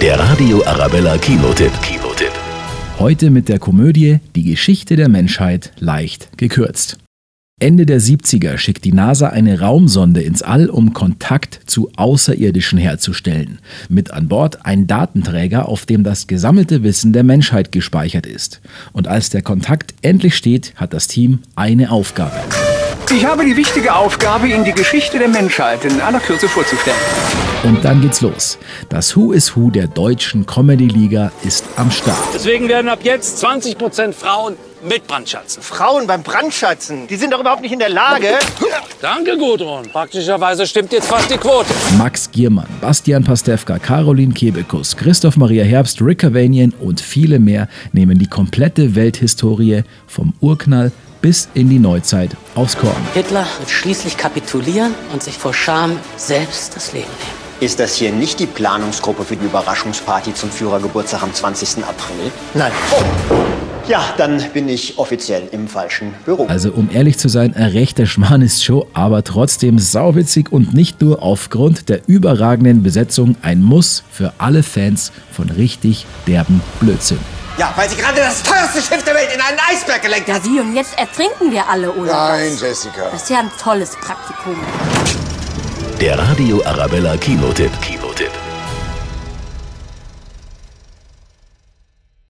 Der Radio Arabella Kinotipp. Kinotipp. Heute mit der Komödie Die Geschichte der Menschheit leicht gekürzt. Ende der 70er schickt die NASA eine Raumsonde ins All, um Kontakt zu Außerirdischen herzustellen. Mit an Bord ein Datenträger, auf dem das gesammelte Wissen der Menschheit gespeichert ist. Und als der Kontakt endlich steht, hat das Team eine Aufgabe. Ich habe die wichtige Aufgabe, Ihnen die Geschichte der Menschheit in aller Kürze vorzustellen. Und dann geht's los. Das Who is Who der deutschen Comedy-Liga ist am Start. Deswegen werden ab jetzt 20% Frauen mit Brandschätzen. Frauen beim Brandschatzen, die sind doch überhaupt nicht in der Lage. Danke, Gudrun. Praktischerweise stimmt jetzt fast die Quote. Max Giermann, Bastian Pastewka, Caroline Kebekus, Christoph Maria Herbst, Rick Cavanian und viele mehr nehmen die komplette Welthistorie vom Urknall bis in die Neuzeit aufs Korn. Hitler wird schließlich kapitulieren und sich vor Scham selbst das Leben nehmen. Ist das hier nicht die Planungsgruppe für die Überraschungsparty zum Führergeburtstag am 20. April? Oh. Nein. Ja, dann bin ich offiziell im falschen Büro. Also um ehrlich zu sein, ein rechter Schmarrn ist Show, aber trotzdem sauwitzig und nicht nur aufgrund der überragenden Besetzung ein Muss für alle Fans von richtig derben Blödsinn. Ja, weil sie gerade das teuerste Schiff der Welt in einen Eisberg gelenkt Ja, hat. wie, und jetzt ertrinken wir alle, oder? Nein, was? Jessica. Das ist ja ein tolles Praktikum. Der Radio Arabella Kinotipp. Kinotipp.